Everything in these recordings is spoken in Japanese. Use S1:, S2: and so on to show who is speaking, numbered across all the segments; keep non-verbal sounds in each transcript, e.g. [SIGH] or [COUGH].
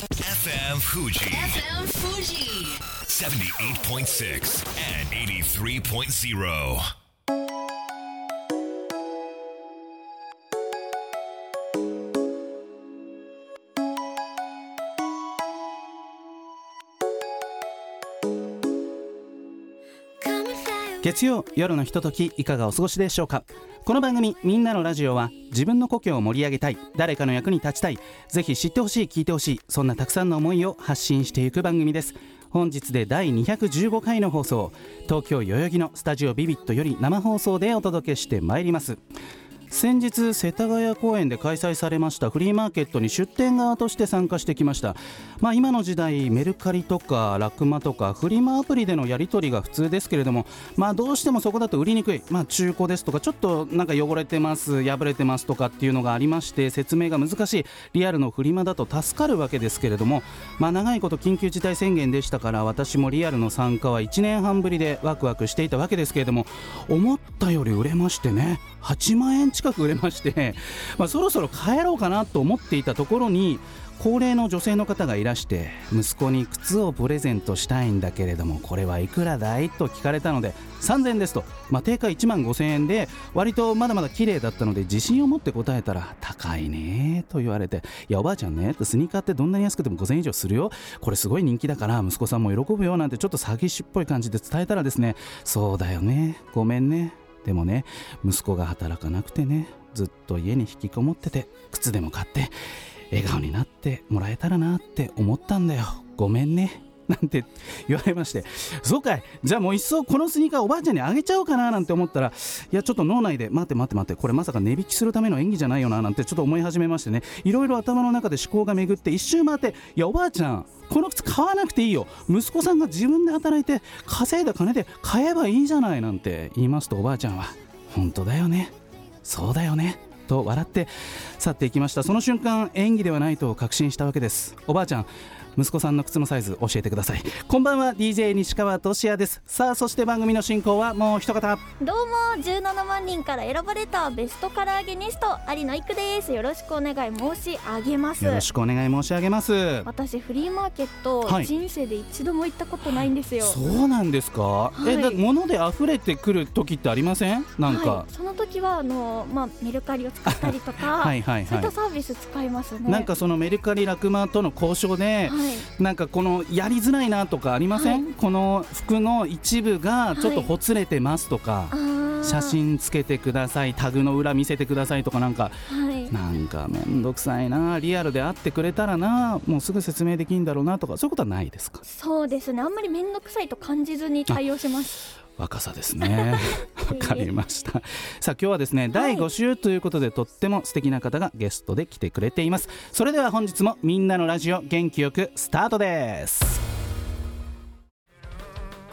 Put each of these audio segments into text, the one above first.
S1: FM Fuji
S2: FM Fuji.
S1: 78.6 and 83.0.
S3: 月曜夜のひとときいかがお過ごしでしょうかこの番組「みんなのラジオは」自分の故郷を盛り上げたい誰かの役に立ちたいぜひ知ってほしい聞いてほしいそんなたくさんの思いを発信していく番組です本日で第215回の放送東京代々木のスタジオビビットより生放送でお届けしてまいります先日世田谷公園で開催されましたフリーマーケットに出店側として参加してきました、まあ、今の時代メルカリとかラクマとかフリマアプリでのやり取りが普通ですけれども、まあ、どうしてもそこだと売りにくい、まあ、中古ですとかちょっとなんか汚れてます破れてますとかっていうのがありまして説明が難しいリアルのフリマだと助かるわけですけれども、まあ、長いこと緊急事態宣言でしたから私もリアルの参加は1年半ぶりでワクワクしていたわけですけれども思ったより売れましてね8万円近く売れまして、 [LAUGHS] まあ、そろそろ帰ろうかなと思っていたところに高齢の女性の方がいらして息子に靴をプレゼントしたいんだけれどもこれはいくらだいと聞かれたので3000円ですと、まあ、定価1万5000円で割とまだまだ綺麗だったので自信を持って答えたら高いねと言われていやおばあちゃんねスニーカーってどんなに安くても5000円以上するよこれすごい人気だから息子さんも喜ぶよなんてちょっと詐欺師っぽい感じで伝えたらですねそうだよねごめんねでもね息子が働かなくてねずっと家に引きこもってて靴でも買って笑顔になってもらえたらなって思ったんだよごめんねなんて言われましてそうかいじゃあもう一層このスニーカーおばあちゃんにあげちゃおうかななんて思ったらいやちょっと脳内で待って待って待ってこれまさか値引きするための演技じゃないよななんてちょっと思い始めましてねいろいろ頭の中で思考が巡って一周回っていやおばあちゃんこの靴買わなくていいよ息子さんが自分で働いて稼いだ金で買えばいいじゃないなんて言いますとおばあちゃんは本当だよねそうだよねと笑って去っていきましたその瞬間演技ではないと確信したわけですおばあちゃん息子さんの靴のサイズ教えてくださいこんばんは DJ 西川俊也ですさあそして番組の進行はもう一方
S4: どうも17万人から選ばれたベストカラーゲニスト有野育ですよろしくお願い申し上げます
S3: よろしくお願い申し上げます
S4: 私フリーマーケット、
S3: はい
S4: 人生で一度も行ったことないんですよ
S3: そうなんですか、え
S4: はい
S3: だ物で溢れてくる時ってありませんなんか、
S4: はい、その時はあの、まあ、メルカリを使ったりとか、
S3: [LAUGHS] はいはい
S4: そうい
S3: は
S4: っ
S3: い
S4: たサービス使いますね
S3: なんかそのメルカリラクマとの交渉で、
S4: はい
S3: なんかこのやりづらいなとかありません、
S4: は
S3: この服の一部がちょっとほつれてますとか、
S4: あー
S3: 写真つけてくださいタグの裏見せてくださいとかなんか
S4: はい
S3: なんかめんどくさいなリアルで会ってくれたらなもうすぐ説明できんだろうなとかそういうことはないですか
S4: そうですねあんまり面倒くさいと感じずに対応します
S3: 若さです [LAUGHS] ねわかりましたさあ今日はですね第5週ということで、とっても素敵な方がゲストで来てくれていますそれでは本日もみんなのラジオ元気よくスタートです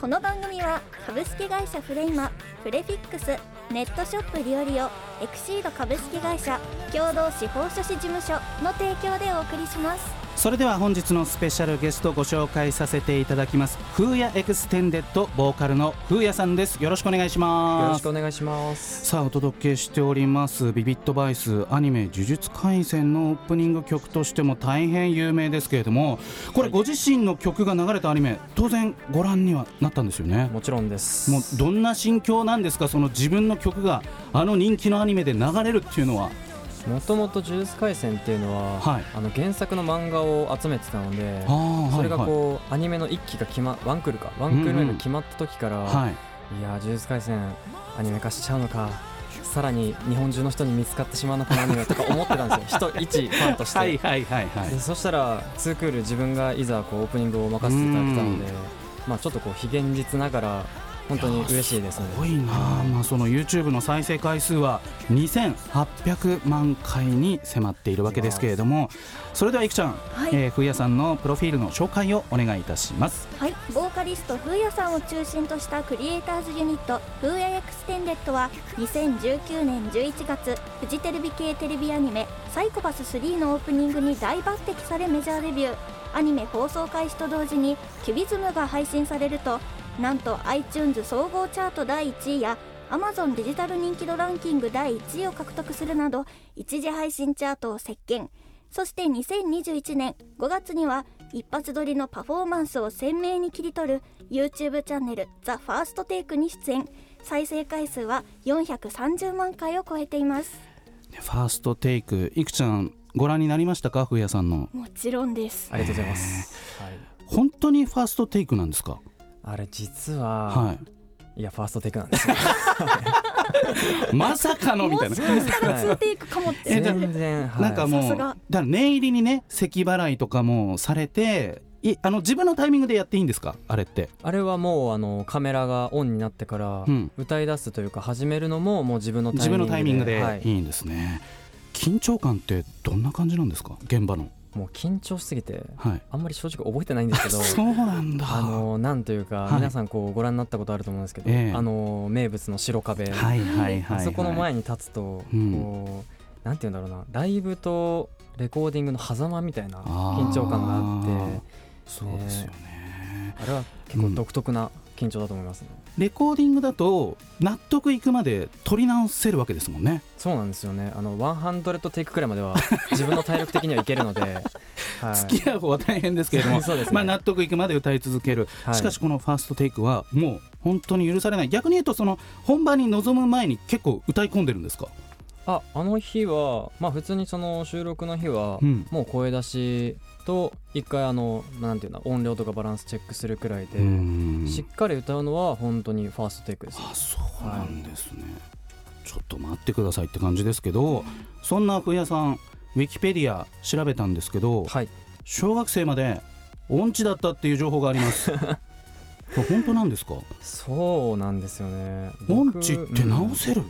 S4: この番組は株式会社フレイマプレフィックスネットショップリオリオエクシード株式会社共同司法書士事務所の提供でお送りします
S3: それでは本日のスペシャルゲストご紹介させていただきますフーヤエクステンデッドボーカルのフーヤさんですよろしくお願いし
S5: よろ
S3: ま
S5: し
S3: す
S5: くお願いします。
S3: さあお届けしておりますビビットバイスアニメ呪術廻戦のオープニング曲としても大変有名ですけれどもこれご自身の曲が流れたアニメ当然ご覧にはなったんですよね
S5: もちろんです。
S3: もうどんな心境なんですかその自分の曲があの人気のアニメで流れるっていうのは
S5: もともと呪術廻戦っていうのは、
S3: はい
S5: あの原作の漫画を集めてたので、
S3: あー
S5: それが
S3: はいはい
S5: こう、アニメの一期が決ま、ワンクールか、ワンクール目が決まった時から、
S3: はい
S5: いやー、呪術廻戦アニメ化しちゃうのか。さらに日本中の人に見つかってしまうのかなアニメとか思ってたんです
S3: [LAUGHS]
S5: よ。人一ファンとして。
S3: はいはいはいはい
S5: でそしたらツークール自分がいざこうオープニングを任せていただけたので、まあちょっとこう非現実ながら本当に嬉しいですね。
S3: すごいなあ、まあ、その YouTube の再生回数は2800万回に迫っているわけですけれどもそれではいくちゃん、
S4: はい
S3: えー、冬屋さんのプロフィールの紹介をお願いいたします
S4: はい、ボーカリストフーヤさんを中心としたクリエイターズユニットフーヤエクステンデッドは2019年11月フジテレビ系テレビアニメ「サイコパス3」のオープニングに大抜擢されメジャーデビューアニメ放送開始と同時に「キュビズム」が配信されるとなんと iTunes 総合チャート第1位や Amazon デジタル人気度ランキング第1位を獲得するなど一時配信チャートを席巻そして2021年5月には一発撮りのパフォーマンスを鮮明に切り取る YouTube チャンネル「ザ・ファーストテイクに出演再生回数は430万回を超えています
S3: ファーストテイクいくちゃんご覧になりましたか古谷さんの
S4: もちろんです
S5: ありがとうございます、はい、
S3: 本当にファーストテイクなんですか
S5: あれ実は、、
S3: はい
S5: やファーストテイクなんですよ
S3: いまさかのみ
S4: も
S3: たい
S4: しか
S3: な
S4: [LAUGHS] したら2テイクかもっ
S3: [LAUGHS] え
S4: て
S3: じゃあ
S5: 全然、はい、
S3: なんかもう
S4: さ
S3: だ
S4: す
S3: か
S4: が
S3: ら念入りにね咳払いとかもされていあの自分のタイミングでやっていいんですかあれって
S5: あれはもうあのカメラがオンになってから、
S3: うん
S5: 歌い出すというか始めるのももう自分のタイ
S3: 自
S5: ミングで
S3: 分のタイミング
S5: は
S3: でい
S5: い、
S3: いんですね、緊張感ってどんな感じなんですか現場の
S5: もう緊張しすぎて
S3: はい
S5: あんまり正直覚えてないんですけど
S3: そうなんだ
S5: あのなんというか、
S3: はい
S5: 皆さんこうご覧になったことあると思うんですけど、
S3: ええ
S5: あの名物の白壁、
S3: はいはいはい、は
S5: あ
S3: い、
S5: そこの前に立つと、
S3: うん
S5: こうなんて言うんだろうなライブとレコーディングの狭間みたいな
S3: あー
S5: 緊張感があって
S3: そうですよね
S5: あれは結構独特な緊張だと思いますね、
S3: レコーディングだと納得いくまで撮り直せるわけですもんね、
S5: そうなんですよねあの100テイクくらいま
S3: [LAUGHS]
S5: では自分の体力的にはいけるので、はい、
S3: 付き合う方は大変ですけれども
S5: [LAUGHS] そうです
S3: [LAUGHS]
S5: ね
S3: まあ、納得いくまで歌い続ける、
S5: はい
S3: しかしこの「ファーストテイクはもう本当に許されない逆に言うとその本番に臨む前に結構歌い込んでるんですか
S5: ああの日はまあ普通にその収録の日は、
S3: うん
S5: もう声出しと一回あのなんていうの音量とかバランスチェックするくらいで、
S3: うん
S5: しっかり歌うのは本当にファーストテイクです
S3: あそうなんですね、ちょっと待ってくださいって感じですけどそんな古谷さんウィキペディア調べたんですけど
S5: はい
S3: 小学生まで音痴だったっていう情報がありますこ
S5: [LAUGHS]
S3: れ本当なんですか
S5: そうなんですよね
S3: 音
S5: 僕
S3: 痴って直
S5: うんい
S3: せる、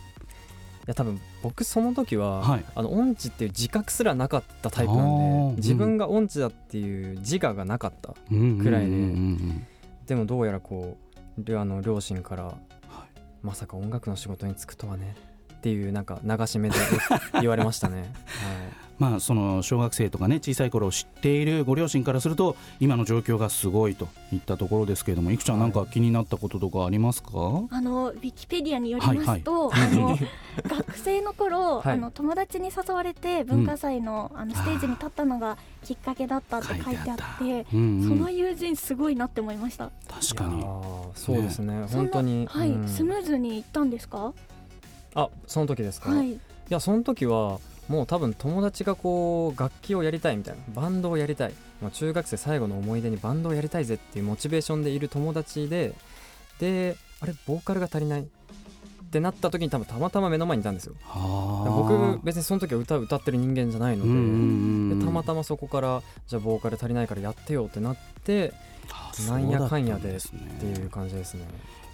S5: や多分僕その時は、
S3: はい
S5: あの音痴っていう自覚すらなかったタイプ
S3: あ
S5: なん
S3: ー
S5: で自分が音痴だっていう自我がなかった
S3: うんうんうんうん
S5: くらいででもどうやらこうりょあの両親から、まさか音楽の仕事に就くとはねっていうなんか
S3: [LAUGHS]
S5: 流し目で言われましたね、
S3: まあその小学生とかね小さい頃を知っているご両親からすると今の状況がすごいといったところですけれどもいくちゃんなんか気になったこととかありますか、
S4: あのウィキペディアによりますと、あの学生の頃、
S5: はい
S4: あの友達に誘われて文化祭の,、あのステージに立ったのがきっかけだったって書いてあって
S3: うんうん
S4: その友人すごいなって思いました。
S3: 確
S5: は
S3: か
S5: い、い
S3: に
S5: やーそうですね本当に
S4: そんなはい、
S5: うん
S4: スムーズにいったんですか。
S5: あその時ですか、
S4: はいい。
S5: やその時はもう多分友達がこう楽器をやりたいみたいなバンドをやりたい、まあ、中学生最後の思い出にバンドをやりたいぜっていうモチベーションでいる友達でであれボーカルが足りないってなった時に多分たまたま目の前にいたんですよ
S3: あー
S5: 僕別にその時は歌を歌ってる人間じゃないの
S3: うん
S5: で,、
S3: うんうん
S5: でたまたまそこからじゃあボーカル足りないからやってよってなって
S3: あ
S5: なんやかんやで
S3: そうだったん
S5: っ
S3: で
S5: て
S3: すね
S5: いう感じですね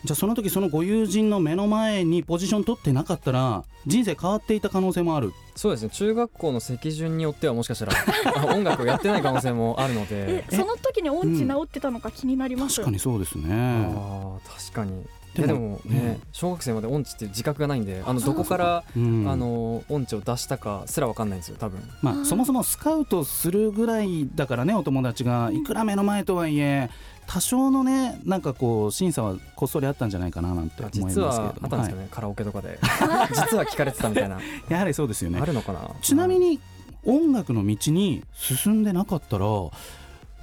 S3: じゃあその時そのご友人の目の前にポジション取ってなかったら人生変わっていた可能性もある
S5: そうですね中学校の席順によってはもしかしたら [LAUGHS] あ音楽をやってない可能性もあるので
S4: え、その時に音痴治ってたのか気になります。
S3: 確かにそうです
S5: あ
S3: ね
S5: あー確かにい
S3: で
S5: やで
S3: も
S5: もね、
S3: ね
S5: 小学生まで音痴っていう自覚がないんであの
S3: そう
S5: ど
S3: か
S5: こから
S3: うん
S5: あの音痴を出したかすら分かんないんですよ多分
S3: まあ、そもそもスカウトするぐらいだからねお友達がいくら目の前とはいえ多少のねなんかこう審査はこっそりあったんじゃないかななんて思いますけれど
S5: 実
S3: も
S5: はあったんですよね、カラオケとかで [LAUGHS] 実は聞かれてたみたいな
S3: はいやはりそうですよ [LAUGHS] ね
S5: あるのかな
S3: ちなみに音楽の道に進んでなかったら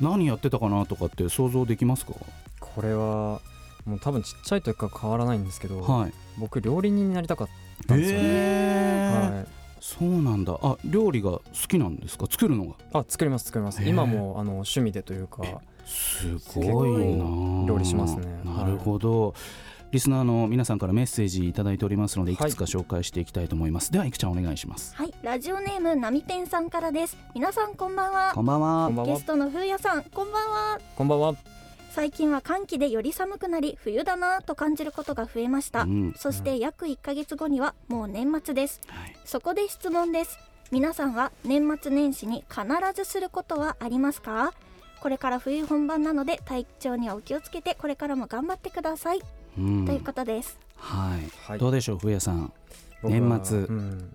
S3: 何やってたかなとかって想像できますか
S5: これはもう多分ちっちゃい時から変わらないんですけど、
S3: はい
S5: 僕料理人になりたかったんですよね、
S3: えー
S5: はい、
S3: そうなんだあ料理が好きなんですか作るのが
S5: あ作ります作ります、
S3: へー
S5: 今もあの趣味でというか
S3: すごい
S5: 結
S3: な
S5: 構料理しますね
S3: なるほど、リスナーの皆さんからメッセージいただいておりますのでい
S5: はい
S3: くつか紹介していきたいと思います、ではいくちゃんお願いします
S4: はい、ラジオネームなみぺんさんからです。皆さんこんばんは。
S3: こんばんは
S5: こんばん
S4: ゲ
S5: は
S4: ストのふうやさん、こんばんは。
S5: こんばんは
S4: 最近は寒気でより寒くなり冬だなぁと感じることが増えました、
S3: うん
S4: そして約1ヶ月後にはもう年末です
S3: はい
S4: そこで質問です皆さんは年末年始に必ずすることはありますかこれから冬本番なので体調にはお気をつけてこれからも頑張ってください、
S3: うん
S4: ということです
S3: はい
S5: はい
S3: どうでしょうふやさん
S5: 僕は
S3: 年末
S5: うん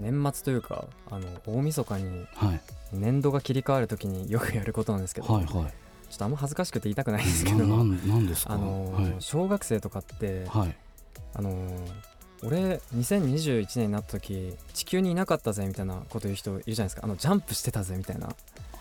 S5: 年末というかあの大晦日に
S3: はい
S5: 年度が切り替わるときによくやることなんですけど、
S3: はい
S5: ちょ
S3: は
S5: っとあんま恥ずかしくて言いたくないんです
S3: い
S5: け
S3: な
S5: ど
S3: なんなんですか
S5: あの、
S3: はい
S5: 小学生とかって
S3: はい
S5: あの俺2021年になった時地球にいなかったぜみたいなこと言う人いるじゃないですかあのジャンプしてたぜみたいな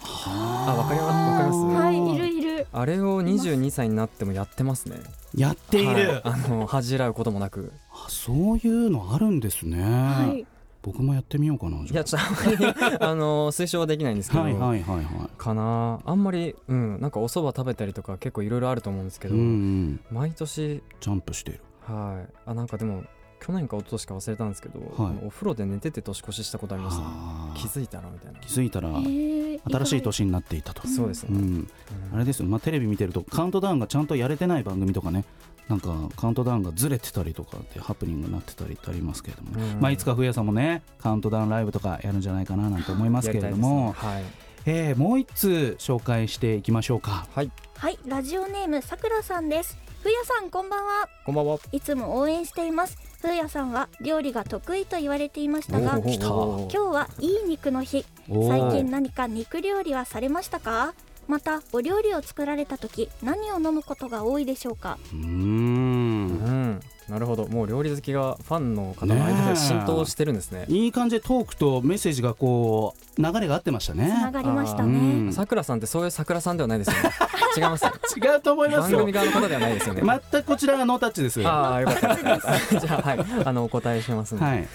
S5: あわかりますわかります
S4: はいいるいる
S5: あれを22歳になってもやってますね
S3: やっている、
S5: はいあの恥じらうこともなく
S3: あそういうのあるんですね、
S4: はい
S3: 僕もやってみようかない
S5: やちょっとあんまり
S3: [LAUGHS]
S5: あの推奨はできないんですけど、
S3: はいはいはいは
S5: かなあんまりうんなんかお蕎麦食べたりとか結構いろいろあると思うんですけ
S3: いう
S5: ど、
S3: んうん
S5: 毎年
S3: ジャンプしている
S5: はいあなんかでも去年か一昨年か忘れたんですけど、
S3: はい
S5: お風呂で寝てて年越ししたことありますね
S3: あー
S5: 気づいたらみたいな
S3: 気づいたら
S4: へー
S3: 新しい年になっていたと、
S5: そうです
S3: う
S5: ね、
S3: ん、あれですよ、まあ、テレビ見てるとカウントダウンがちゃんとやれてない番組とかねなんかカウントダウンがずれてたりとかってハプニングになってたりってありますけれども、
S5: うん
S3: まあ、いつか冬屋さんもねカウントダウンライブとかやるんじゃないかななんて思いますけれど
S5: や
S3: も
S5: り、たいですね
S3: えーもう一通紹介していきましょうか
S5: はい、は
S4: は
S5: い、
S4: いラジオネームさくらさんですふうやさんこんばんは
S5: こんばんはい
S4: つも応援していますふうやさんは料理が得意と言われていましたが
S5: おー
S4: 今
S5: おー
S4: 日はいい肉の日
S3: お
S4: 最
S3: ー
S4: 近何か肉料理はされましたかまたお料理を作られた時何を飲むことが多いでしょうか
S3: うーん
S5: うんなるほどもう料理好きがファンの方の間で浸透してるんですね
S3: いい感じでトークとメッセージがこう流れが合ってました
S4: つな
S3: ね
S4: がりました
S3: う
S4: ね
S3: ん
S5: さくらさんってそういうさくらさんではないです
S4: [LAUGHS]
S5: よね違います
S3: 違うと思いま
S5: 番
S3: すよ
S5: 組側の方ではないですよね、
S3: 全くこちらがノータッチですは
S5: ああよかった [LAUGHS] じゃあはいあのお答えします
S3: い
S5: ね、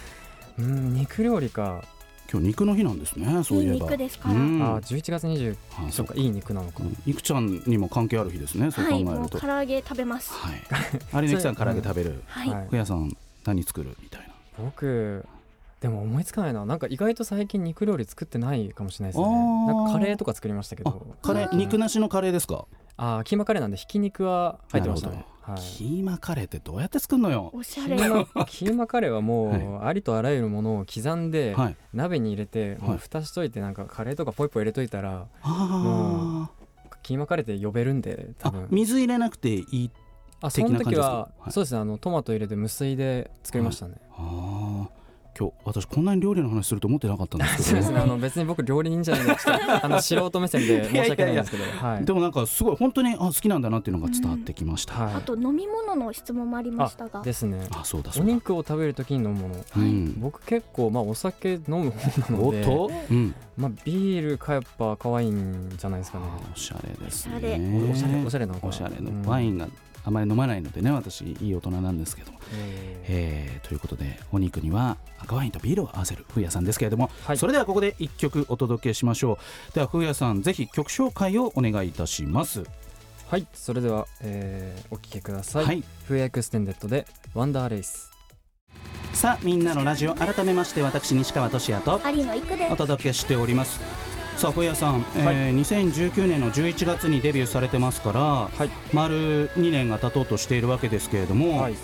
S5: うん肉料理か、
S3: 今日肉の日なんですねそういえば
S4: いい肉ですから
S3: うん
S5: ああ11月20
S3: あ
S5: そ
S3: そうう
S5: か
S3: か
S5: いい肉なのか、
S3: いくちゃんにも関係ある日ですねそう
S4: は
S3: 考
S4: い
S3: え
S4: も
S3: る
S4: う
S3: と
S4: 唐揚げ食べます
S5: [LAUGHS]
S3: はい。あれ、ゆきさん、唐揚げ食べる。
S4: はい、
S5: はい
S3: ふやさん、何作るみたいな。
S5: 僕でも思いつかないななんか意外と最近肉料理作ってないかもしれないです
S3: あ
S5: ね
S3: ー
S5: なんかカレーとか作りましたけ
S3: あ
S5: ど、
S3: カレー、肉なしのカレーですか。
S5: ああキーマカレーなんでひき肉は入ってました
S3: な
S5: ね
S3: る
S5: はい [LAUGHS]
S3: キーマカレーってどうやって作るのよ。
S4: おしゃ
S5: キ
S4: れ
S5: ーマキーマカレーはもうありとあらゆるものを刻んで
S3: はい。
S5: 鍋に入れて、もう
S3: はい
S5: 蓋しといてなんかカレーとかポイポイ入れといたら
S3: あ
S5: キーマカレーって呼べるんで
S3: あ。
S5: 多
S3: あ
S5: 分、
S3: 水入れなくていい。
S5: あそ
S3: 的
S5: の
S3: な感じ
S5: 時
S3: ですか
S5: は、
S3: はい
S5: そうですねあのトマト入れて無水で作りましたね、
S3: ああ。今日、私、こんなに料理の話すると思ってなかったんです
S5: [LAUGHS] そう
S3: け
S5: です
S3: ど
S5: ね、あの別に僕料理人じゃないんでちょっとあの素人目線で申し訳ないんですけどはい
S3: ね。でも、なんか、すごい、本当に、あ、好きなんだなっていうのが伝わってきました。
S5: はい
S4: あと飲み物の質問もありましたが
S5: あですね
S3: あ、そうだ、
S5: お
S3: そうだ。
S5: 肉を食べる時に飲むもの
S3: うん。
S5: 僕結構まあお酒飲む方なの
S3: お
S5: で
S3: っと。うん。
S5: まあ、ビールかやっぱ可愛いんじゃないですかね
S3: あーおしゃれです
S4: おしゃ
S3: ね。
S5: おしゃれおしゃれなのか
S3: おしゃれのワイ
S5: ン、
S3: ンがあまり飲まないのでね、私、いい大人なんですけど。
S5: え
S3: えーということでお肉には赤ワインとビールを合わせる風やさんですけれども、
S5: ーはい
S3: それではここで1曲お届けしましょうでは風やさんぜひ曲紹介をお願いいたします
S5: はいそれでは、えーお聴きくださ、
S3: はいい、
S5: フーエクステンデッドで「ワンダーレイス」
S3: さあみんなのラジオ改めまして私西川俊也と
S4: 有野いくで
S3: お届けしておりますさあ風やさん、えー2019年の11月にデビューされてますから、
S5: はい
S3: 丸2年が経とうとしているわけですけれども、
S5: はい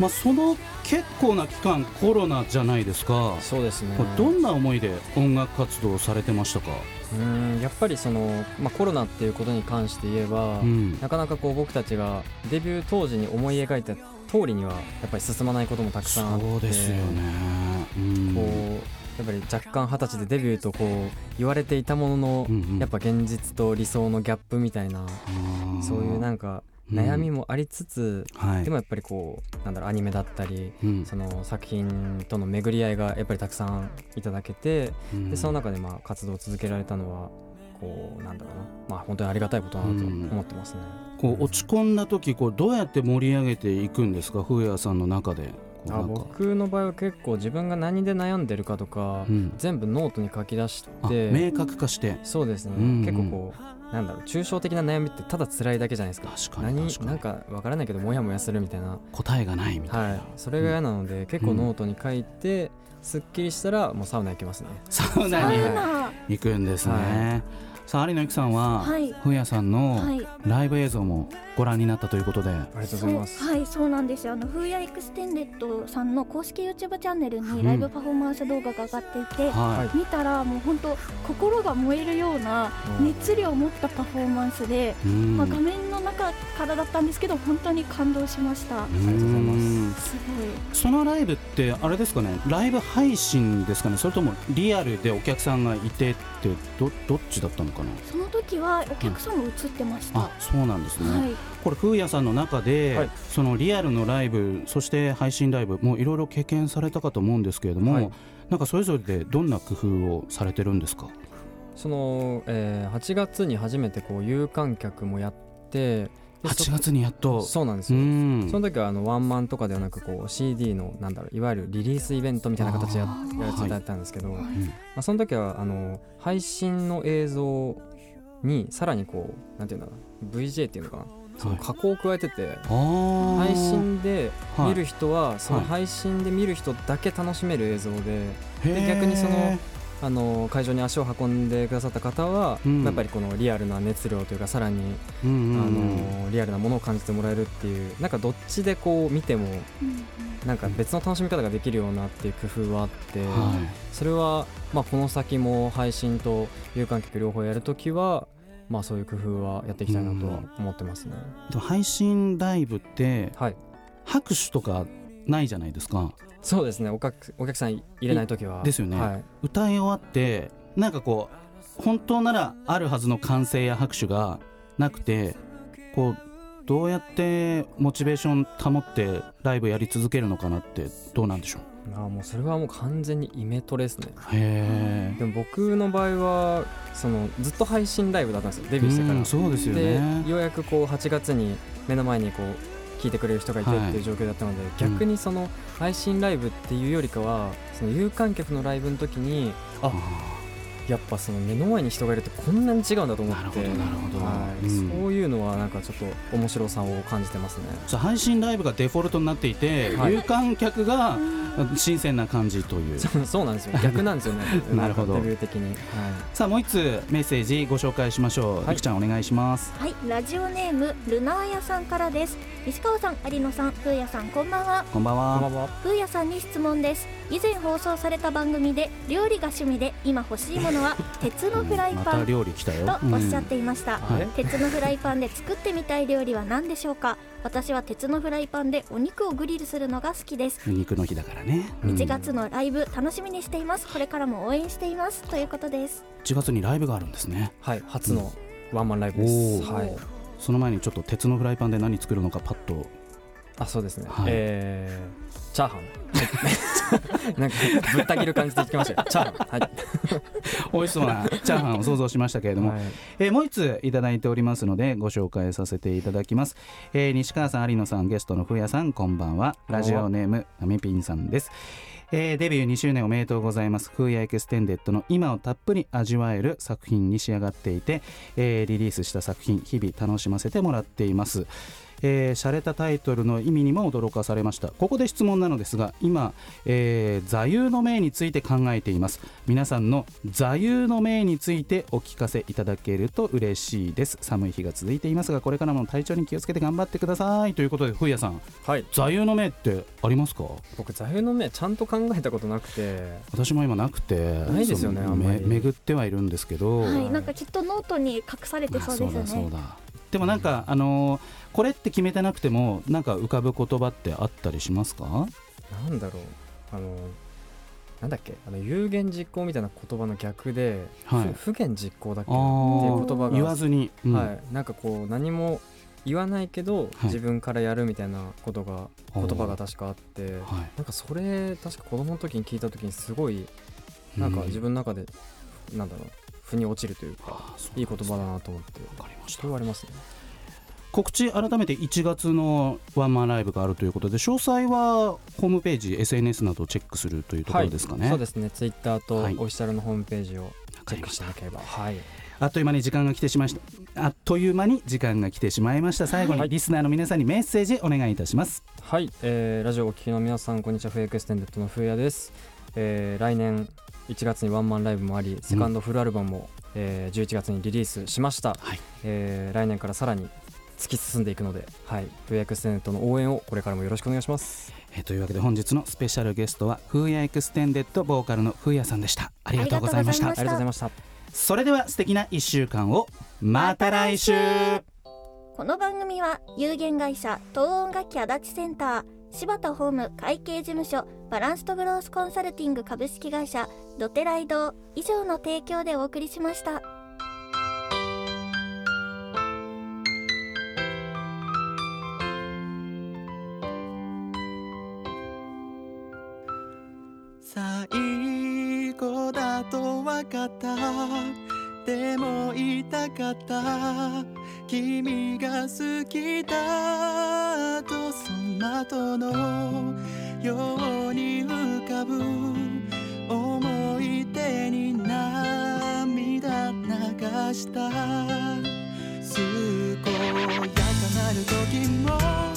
S3: まあ、その結構な期間コロナじゃないですか
S5: そうですね
S3: これどんな思いで音楽活動をされてましたか、
S5: うんやっぱりその、まあ、コロナっていうことに関して言えば、
S3: うん
S5: なかなかこう僕たちがデビュー当時に思い描いた通りにはやっぱり進まないこともたくさんあって
S3: そうですよね、うん
S5: こうやっぱり若干二十歳でデビューとこう言われていたものの、
S3: うんうん
S5: やっぱ現実と理想のギャップみたいな、
S3: あー
S5: そういうなんか悩みもありつつ、
S3: はい
S5: でもやっぱりこうなんだろうアニメだったり
S3: うん
S5: その作品との巡り合いがやっぱりたくさんいただけて
S3: うん
S5: でその中でまあ活動を続けられたのはこうなんだろうなまあ本当にありがたいことだなと
S3: うん
S5: 思ってますね。
S3: こう落ち込んだ時こうどうやって盛り上げていくんですか風也さんの中でこう
S5: あ
S3: なんか
S5: 僕の場合は結構自分が何で悩んでるかとか、
S3: うん
S5: 全部ノートに書き出し
S3: あ
S5: て
S3: 明確化して
S5: そうですね、
S3: うんうん
S5: 結構こうなんだろう抽象的な悩みってただ辛いだけじゃないですか
S3: 確かに
S5: 何
S3: 確か
S5: なん
S3: に
S5: かわからないけどモヤモヤするみたいな
S3: 答えがないみたいな、
S5: はいそれが嫌なので、結構ノートに書いてすっきりしたらもうサウナ行きますね
S3: サウ
S4: サ
S3: ナに
S4: ウナ
S3: 行くんですね、
S5: は
S3: さあ有野由紀さんは、
S4: はい
S3: 風也さんの
S4: はい
S3: ライブ映像もご覧になったということで、
S5: ありがとうご
S4: そ
S5: ざいうます
S4: はいそうなんですよあのフーヤエクステンデッドさんの公式 YouTube チャンネルにライブパフォーマンス動画が上がっていて、
S3: はい
S4: 見たらもう本当心が燃えるような
S5: うん
S4: 熱量を持ったパフォーマンスで、
S3: うん
S4: まあ、画面の中かからだったんですけど本当に感動しました
S3: り
S5: がとうございます
S3: ます
S4: すごい
S3: そのライブってあれですかねライブ配信ですかねそれともリアルでお客さんがいてってどどっちだったのかな
S4: その時はお客さんも映ってました、
S3: あそうなんですね、
S4: はい
S3: これ風也さんの中で、
S5: はい
S3: そのリアルのライブそして配信ライブもういろいろ経験されたかと思うんですけれども、
S5: はい
S3: なんかそれぞれでどんな工夫をされてるんですか
S5: その、えー8月に初めてこう有観客もやってで
S3: 8
S5: そ
S3: 月にやっと
S5: そうなんです
S3: う
S5: よ、
S3: ん
S5: その時はあのワンマンとかではなくこう CD のなんだろういわゆるリリースイベントみたいな形でや
S3: あー
S5: やらせていただいたんですけど、
S4: はい
S5: ま
S3: うん
S5: あ、その時はあの配信の映像にさらにこうなんていうんだろう VJ っていうのかなその加工を加えてて、
S3: あー
S5: 配信で見る人はその
S3: はい
S5: 配信で見る人だけ楽しめる映像で、
S3: へー
S5: 逆にそのあの会場に足を運んでくださった方は、
S3: うん
S5: やっぱりこのリアルな熱量というかさらに、
S3: うんうんうん
S5: あのリアルなものを感じてもらえるっていうなんかどっちでこう見ても
S4: うんうん
S5: なんか別の楽しみ方ができるようなっていう工夫はあって、
S3: はい
S5: それは、まあ、この先も配信と有観客両方やるときは、まあ、そういう工夫はやっていきたいなとは思ってますね。
S3: でも配信ライブって
S5: はい
S3: 拍手とかないじゃないですか
S5: そうですねおかお客さん入れないときはい
S3: ですよね
S5: はい
S3: 歌い終わってなんかこう本当ならあるはずの歓声や拍手がなくてこうどうやってモチベーション保ってライブやり続けるのかなってどうなんでしょう
S5: ああもうそれはもう完全にイメトレですね
S3: へ
S5: でも僕の場合はそのずっと配信ライブだったんですよデ
S3: え
S5: ビューしてから、
S3: うんそうですよね
S5: でようやくこう8月に目の前にこう聞いてくれる人がいて
S3: はい
S5: っていう状況だったので、逆にその配信ライブっていうよりかはその有観客のライブの時に
S3: あ
S5: やっぱその目の前に人がいるとこんなに違うんだと思
S3: なる
S5: っ
S3: ほ
S5: て
S3: どなるほど、
S5: は
S3: う
S5: い
S3: ん
S5: そういうのはなんかちょっと面白さを感じてますね [LAUGHS]
S3: じゃあ配信ライブがデフォルトになっていて、
S5: はい
S3: 有観客が新鮮な感じという
S5: そうそうなんで
S3: [LAUGHS]
S5: すよ逆なんですよね
S3: なるほど
S5: んかデビュー的に、はい
S3: さあもう一つメッセージご紹介しましょう、
S5: はい
S3: いくちゃんお願いします
S4: はいラジオネームルナーヤさんからです石川さん有野さん風也さんこんばんは
S3: こんばんは
S5: こんばんは
S4: 風也さんに質問です以前放送された番組で料理が趣味で今欲しいもの
S3: [LAUGHS]
S4: は鉄のフライ
S3: ま
S4: パ
S3: た
S4: ン
S3: 料理来たよ
S4: とおっしゃっ、ていました、
S5: はい
S4: 鉄のフライパンで作ってみたい料理は何でしょうか私は鉄のフライパンでお肉をグリルするのが好きです
S3: うん肉の日だからね、うん
S4: 1月のライブ楽しみにしていますこれからも応援していますということです
S3: 1月にライブがあるんですね
S5: はい、初のワンマンライブです。
S3: おー
S5: はい、
S3: その前にちょっと鉄のフライパンで何作るのかパッと
S5: あ、そうですね。
S3: はい
S5: えーチャーハン。 [LAUGHS] なんかぶった切る感じで聞きましたよ。チャーハン。はい。
S3: 美味しそうな [LAUGHS] チャーハンを想像しましたけれども、
S5: はい
S3: えーもう一ついただいておりますのでご紹介させていただきます、えー西川さん有野さんゲストのふやさんこんばんは
S5: こんば
S3: ラ
S5: んは
S3: ジオネームなみぴんさんですえーデビュー2周年おめでとうございます。フーヤエクステンデッドの今をたっぷり味わえる作品に仕上がっていて、えーリリースした作品、日々楽しませてもらっています。えー、洒落たタイトルの意味にも驚かされましたここで質問なのですが今、えー座右の銘について考えています皆さんの座右の銘についてお聞かせいただけると嬉しいです寒い日が続いていますがこれからも体調に気をつけて頑張ってくださいということでふうやさん
S5: はい、
S3: 座右の銘ってありますか
S5: 僕座右の銘ちゃんと考えたことなくて。
S3: 私も今なくて
S5: ないですよね
S3: その
S5: あんまり
S3: め巡ってはいるんですけど、
S4: は
S5: はい
S4: い、なんかきっとノートに隠されて
S3: あ
S4: そうです
S3: だそう
S4: よね
S3: だでもなんか、あのーこれって決めてなくてもなんか浮かぶ言葉ってあったりしますか
S5: なんだろう。あの。なんだっけあの有言実行みたいな言葉の逆で、
S3: はい
S5: ふ不言実行だっけ
S3: あ
S5: って
S3: ー
S5: いう言葉が
S3: 言わずに、うん
S5: はい、なんかこう何も言わないけど、
S3: い
S5: 自分からやるみたいなことが言葉が確かあって、
S3: はい
S5: なんかそれ確か子供の時に聞いた時にすごいなんか
S3: うん
S5: 自分の中で、なんだろう腑に落ちるというか
S3: あーそう
S5: いい言葉だなと思って
S3: わかりまし
S5: そ
S3: た
S5: れはありますね
S3: 告知改めて1月のワンマンライブがあるということで詳細はホームページ SNS などをチェックするというところですかね、
S5: そうですねツイッターとオ
S3: はい
S5: フィシャルのホームページを
S3: わか
S5: チェ
S3: り
S5: ッ
S3: ま
S5: クし
S3: してた
S5: いただければはい
S3: あっという間に時間が来てしまいましたあっという間に時間が来てしまいました最後
S5: は
S3: に
S5: い
S3: リスナーの皆さんにメッセージお願いいたします
S5: はい、えーラジオをお聞きの皆さんこんにちはフェイクステンデッドのふうやです、えー来年1月にワンマンライブもありセカンドフルアルバムも、えー11月にリリースしました、
S3: はい
S5: えー来年からさらに突き進んでいくので、はい、フェイクステンデッドの応援をこれからもよろしくお願いします
S3: えーというわけで本日のスペシャルゲストはフーヤエクステンデッドボーカルのフーヤさんでしたありがとうございまし
S4: あ
S3: た
S4: り
S5: ありがとうございました
S3: それでは素敵な1週間をまた来週
S4: また来週この番組は有限会社東音楽器足立センター柴田ホーム会計事務所バランスとグロースコンサルティング株式会社ドテライド以上の提供でお送りしました。
S2: 最後だと分かったでも言いたかった君が好きだとその後のように浮かぶ思い出に涙流した健やかなる時も